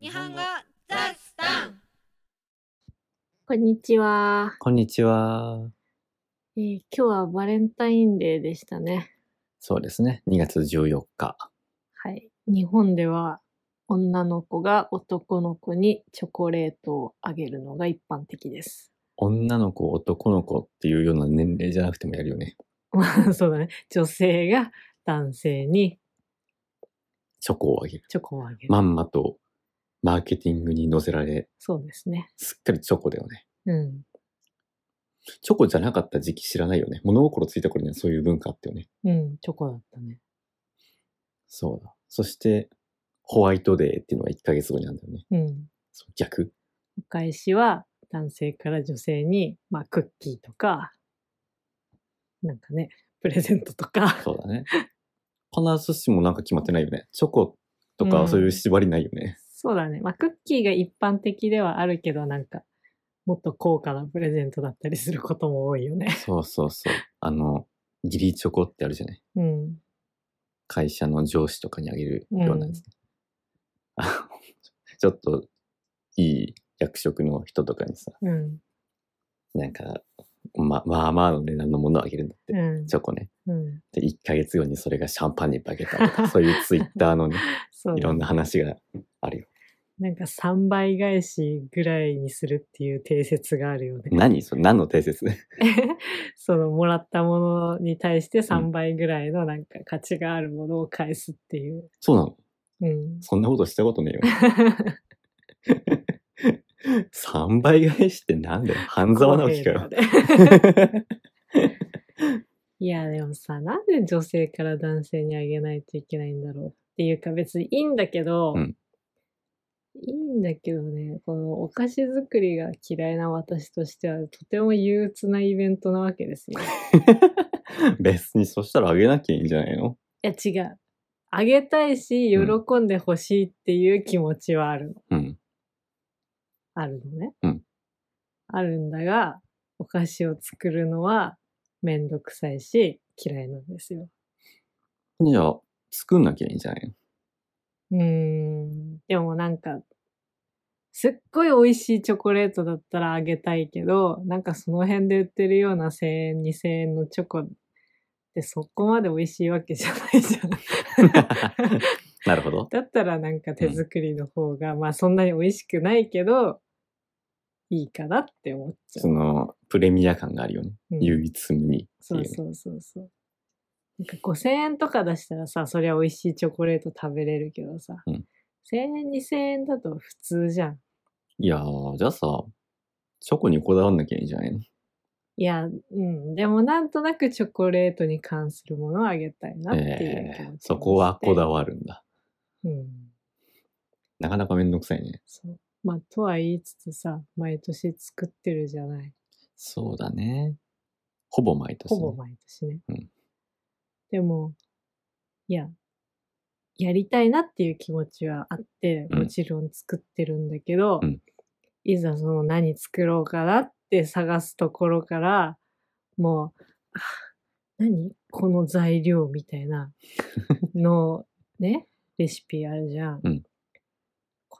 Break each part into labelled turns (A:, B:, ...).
A: 日本語ザスタン
B: こんにちは、
C: こんにちは。
B: えー今日はバレンタインデーでしたね。
C: そうですね。2月14日。
B: はい。日本では女の子が男の子にチョコレートをあげるのが一般的です。
C: 女の子、男の子っていうような年齢じゃなくてもやるよね。
B: まあ そうだね。女性が男性に
C: チョコをあげる。
B: チョコをあげる。
C: まんまとマーケティングに乗せられ、
B: そうですね。
C: すっかりチョコだよね。
B: うん。
C: チョコじゃなかった時期知らないよね。物心ついた頃にはそういう文化あったよね。
B: うん、チョコだったね。
C: そうだ。そして、ホワイトデーっていうのが1ヶ月後にあるんだよね。
B: うん。
C: そう逆
B: お返しは男性から女性に、まあクッキーとか、なんかね、プレゼントとか。
C: そうだね。 必ずしもなんか決まってないよね。チョコと
B: うん
C: かそういう縛りないよね。
B: そうだね。まあ、クッキーが一般的ではあるけど、なんか、もっと高価なプレゼントだったりすることも多い よね。
C: そうそうそう。あの、義理チョコってあるじゃない。
B: うん。
C: 会社の上司とかにあげるようなやつね、あ ちょっといい役職の人とかにさ
B: うん。
C: なんかままあまあの値段のものをあげるんだって、
B: うん。
C: チョコね
B: うん。
C: で1ヶ月後にそれがシャンパンに化けた とかそういうツイッターのね
B: そう
C: い
B: だ
C: ろんな話があるよ
B: なんか3倍返しぐらいにするっていう定説があるよね。
C: 何それ何の定説
B: そのもらったものに対して3倍ぐらいのなんか価値があるものを返すっていう。
C: そうなの
B: うん。
C: そんなことしたこと ねえよ3倍返しってなんだよ半沢直樹かよ
B: いや、でもさ、なんで女性から男性にあげないといけないんだろうっていうか、別にいいんだけど、
C: うん
B: いいんだけどね、このお菓子作りが嫌いな私としては、とても憂鬱なイベントなわけですよ。
C: 別にそしたらあげなきゃいいんじゃないの
B: いや、違う。あげたいし、
C: うん
B: 喜んでほしいっていう気持ちはあるの。
C: うん
B: あるのね。
C: うん
B: あるんだが、お菓子を作るのはめんどくさいし、嫌いなんですよ。
C: じゃあ作んなきゃいいんじゃないの
B: うーん。でもなんか、すっごい美味しいチョコレートだったらあげたいけど、なんかその辺で売ってるような1000円、2000円のチョコってそこまで美味しいわけじゃないじゃん。
C: なるほど。
B: だったらなんか手作りの方が、まあそんなに美味しくないけど、いいかなって思っちゃ。
C: そうの、プレミア感があるよね。
B: うん
C: 唯一無二ってい
B: そう
C: ね。
B: うそうそうそう。なんか5000円とか出したらさ、そりゃ美味しいチョコレート食べれるけどさ、
C: うん
B: 1000円、2000円だと普通じゃん。
C: いやー、じゃあさ、チョコにこだわんなきゃいいんじゃないの
B: いや、うん。でもなんとなくチョコレートに関するものをあげたいなっていう気持ち
C: え
B: が
C: ー
B: して
C: そこはこだわるんだ。
B: うん。
C: なかなかめんどくさいね。
B: そう。まあ、とは言いつつさ、毎年作ってるじゃない。
C: そうだね。ほぼ毎年、ね。
B: ほぼ毎年ね。
C: うん
B: でも、いや、やりたいなっていう気持ちはあって、
C: うん
B: もちろん作ってるんだけど、
C: うん
B: いざその何作ろうかなって探すところから、もう、あ何この材料みた いなの、ね、レシピあるじゃん。
C: うん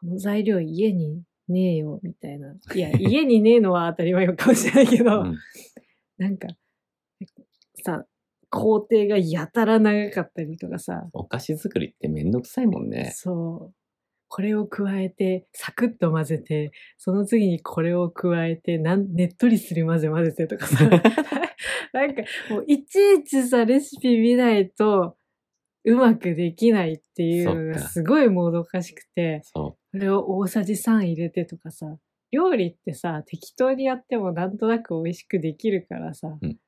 B: この材料家にねえよ、みたいな。いや、家にねえのは当たり前かもしれないけど、
C: うん
B: なんか、さ、工程がやたら長かったりとかさ、
C: お菓子作りってめんどくさいもんね。
B: そう。これを加えて、サクッと混ぜて、その次にこれを加えて、なんねっとりする混ぜ混ぜてと かさ、なんかもういちいちさ、レシピ見ないと、うまくできないっていうのが
C: そっか
B: すごいもどかしくて、
C: そ
B: これを大さじ3入れてとかさ、料理ってさ、適当にやってもなんとなく美味しくできるからさ、
C: うん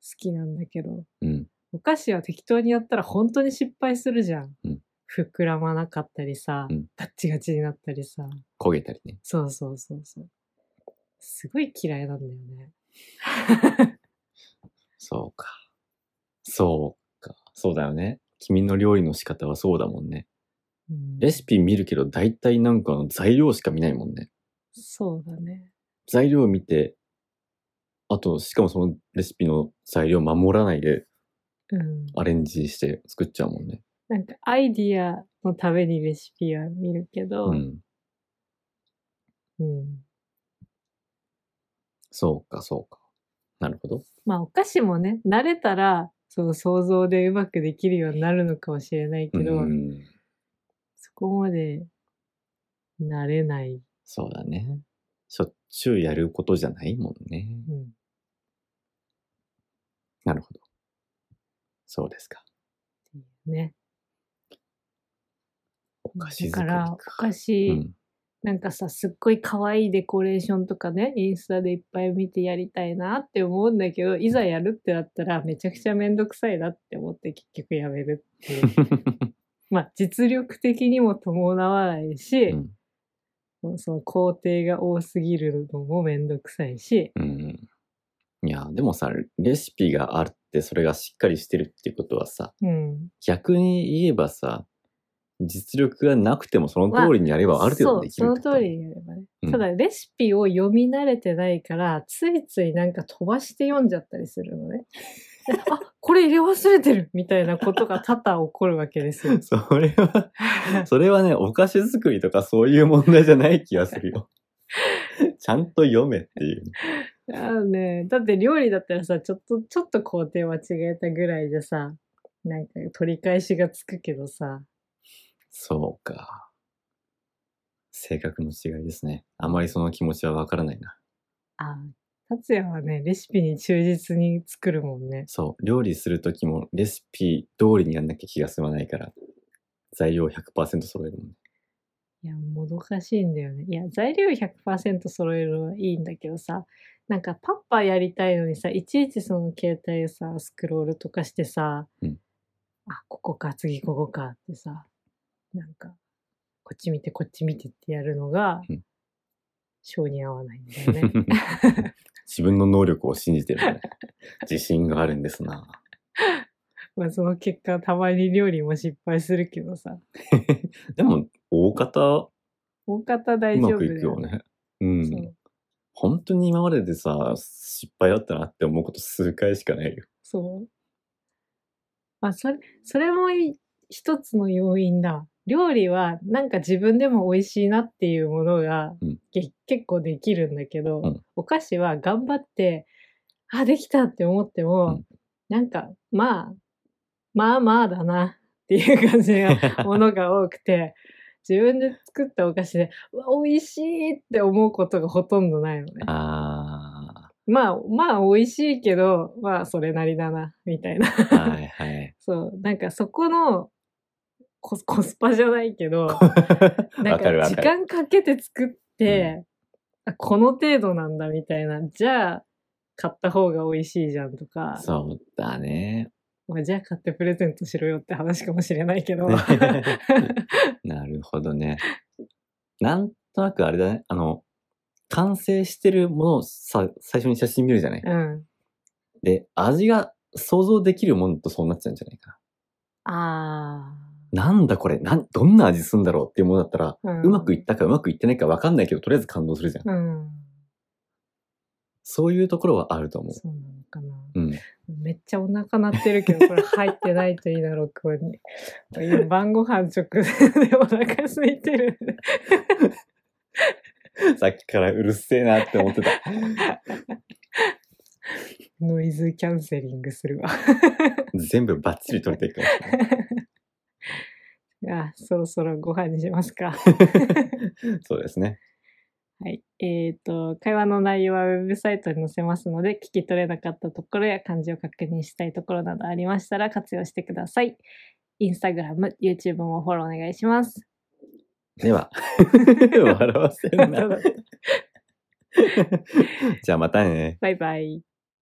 B: 好きなんだけど、
C: う。うん。
B: お菓子は適当にやったら本当に失敗するじゃん。
C: うん
B: 膨らまなかったりさ、
C: うん
B: ガッチガチになったりさ、
C: 焦げたりね。
B: そうそうそうそう。すごい嫌いなんだよね。
C: そうか。そうか。そうだよね。君の料理の仕方はそうだもんね。
B: うん
C: レシピ見るけど、大体なんかの材料しか見ないもんね。
B: そうだね。
C: 材料を見て、あと、しかもそのレシピの材料を守らないで
B: うん。
C: アレンジして作っちゃうもんね。
B: なんかアイディアのためにレシピは見るけど、
C: うん。
B: うん。
C: そうか、そうか。なるほど。
B: まあ、お菓子もね、慣れたら、その想像でうまくできるようになるのかもしれないけど、
C: うん。
B: そこまで慣れない。
C: そうだね。しょっちゅうやることじゃないもんね。
B: うん。
C: なるほど。そうですか。
B: ね。
C: お菓子
B: だ
C: 作
B: か
C: り
B: ら、お菓子、
C: うん。
B: なんかさ、すっごい可愛いデコレーションとかね、インスタでいっぱい見てやりたいなって思うんだけど、いざやるってなったら、めちゃくちゃめんどくさいなって思って結局やめるっ ていう。まあ、実力的にも伴わないし、
C: うん
B: その工程が多すぎるのもめんどくさいし、
C: うん。いや、でもさ、レシピがあって、それがしっかりしてるってことはさ、
B: うん。
C: 逆に言えばさ、実力がなくてもその通りにやればある程度できる
B: そ
C: っ
B: う、
C: て
B: そ
C: こと
B: の通りにやればね。
C: うん
B: ただ、レシピを読み慣れてないから、ついついなんか飛ばして読んじゃったりするの ね。あ、これ入れ忘れてるみたいなことが多々起こるわけです よ。
C: それは、それは ね、お菓子作りとかそういう問題じゃない気がする よ。ちゃんと読めっていう。
B: あのね、だって料理だったらさ、ちょっと、ちょっと工程間違えたぐらいじゃさ、なんか取り返しがつくけどさ、
C: そうか。性格の違いですね。あまりその気持ちはわからないな。
B: あ、達也はね、レシピに忠実に作るもんね。
C: そう、料理するときもレシピ通りにやんなきゃ気が済まないから、材料100%揃えるもんね。
B: いや、もどかしいんだよね。いや、材料100%揃えるのはいいんだけどさ、なんかパッパやりたいのにさ、いちいちその携帯さ、スクロールとかしてさ、
C: うん
B: あ、ここか、次ここかってさ、なんか、こっち見て、こっち見てってやるのが
C: うん、
B: 性に合わないんだよね。
C: 自分の能力を信じてる ね。自信があるんですな。
B: まあその結果たまに料理も失敗するけどさ
C: でも、大方、
B: 大方
C: う
B: 大丈
C: ま
B: 夫
C: く
B: だ
C: いくよね。う
B: そ
C: ん
B: う。
C: 本当に今まででさ、失敗だったなって思うこと数回しかないよ。
B: そうまあそれそれもい一つの要因だ料理はなんか自分でも美味しいなっていうものが、
C: うん
B: け結構できるんだけど、
C: うん
B: お菓子は頑張ってあできたって思っても、なんかまあまあまあだなっていう感 じがものが多くて、自分で作ったお菓子で、うわ、美味しいって思うことがほとんどないのね。
C: あ
B: まあ、まあ、美味しいけど、まあ、それなりだな、みたいな。
C: ー、はいはい。
B: そう、なんかそこのコス コスパじゃないけど、 な
C: わ
B: ん
C: かる
B: か
C: わ
B: 時
C: かる。
B: 間かけて作って、あこの程度なんだ、みたいな。じゃあ、買った方が美味しいじゃんとか、
C: そうだ ね。
B: まあ、じゃあ買ってプレゼントしろよって話かもしれないけど。
C: なるほどね。なんとなくあれだね。あの、完成してるものをさ、最初に写真見るじゃない。
B: うん。
C: で、味が想像できるものとそうなっちゃうんじゃないか
B: あ
C: な。なんだこれなん、どんな味するんだろうっていうものだったら、
B: あ。
C: う
B: う
C: まくいったかうまくいってないかわかんないけど、とりあえず感動するじゃん。
B: うん。
C: そういうところはあると思
B: そうなのかな。
C: う。 うん。
B: めっちゃお腹鳴ってるけど、これ入ってないといいな、録音に。今晩ご飯直前でお腹空いてる。
C: さっきからうるせえなって思ってた。
B: ノイズキャンセリングするわ。
C: 全部バッチリ取れていくかもしれない。
B: あ、そろそろご飯にしますか。
C: そうですね。
B: はい。えっ、と、会話の内容はウェブサイトに載せますので、聞き取れなかったところや漢字を確認したいところなどありましたら活用してください。インスタグラム、YouTube もフォローお願いします。
C: では、 笑わせるな。じゃあまたね。
B: バイバイ。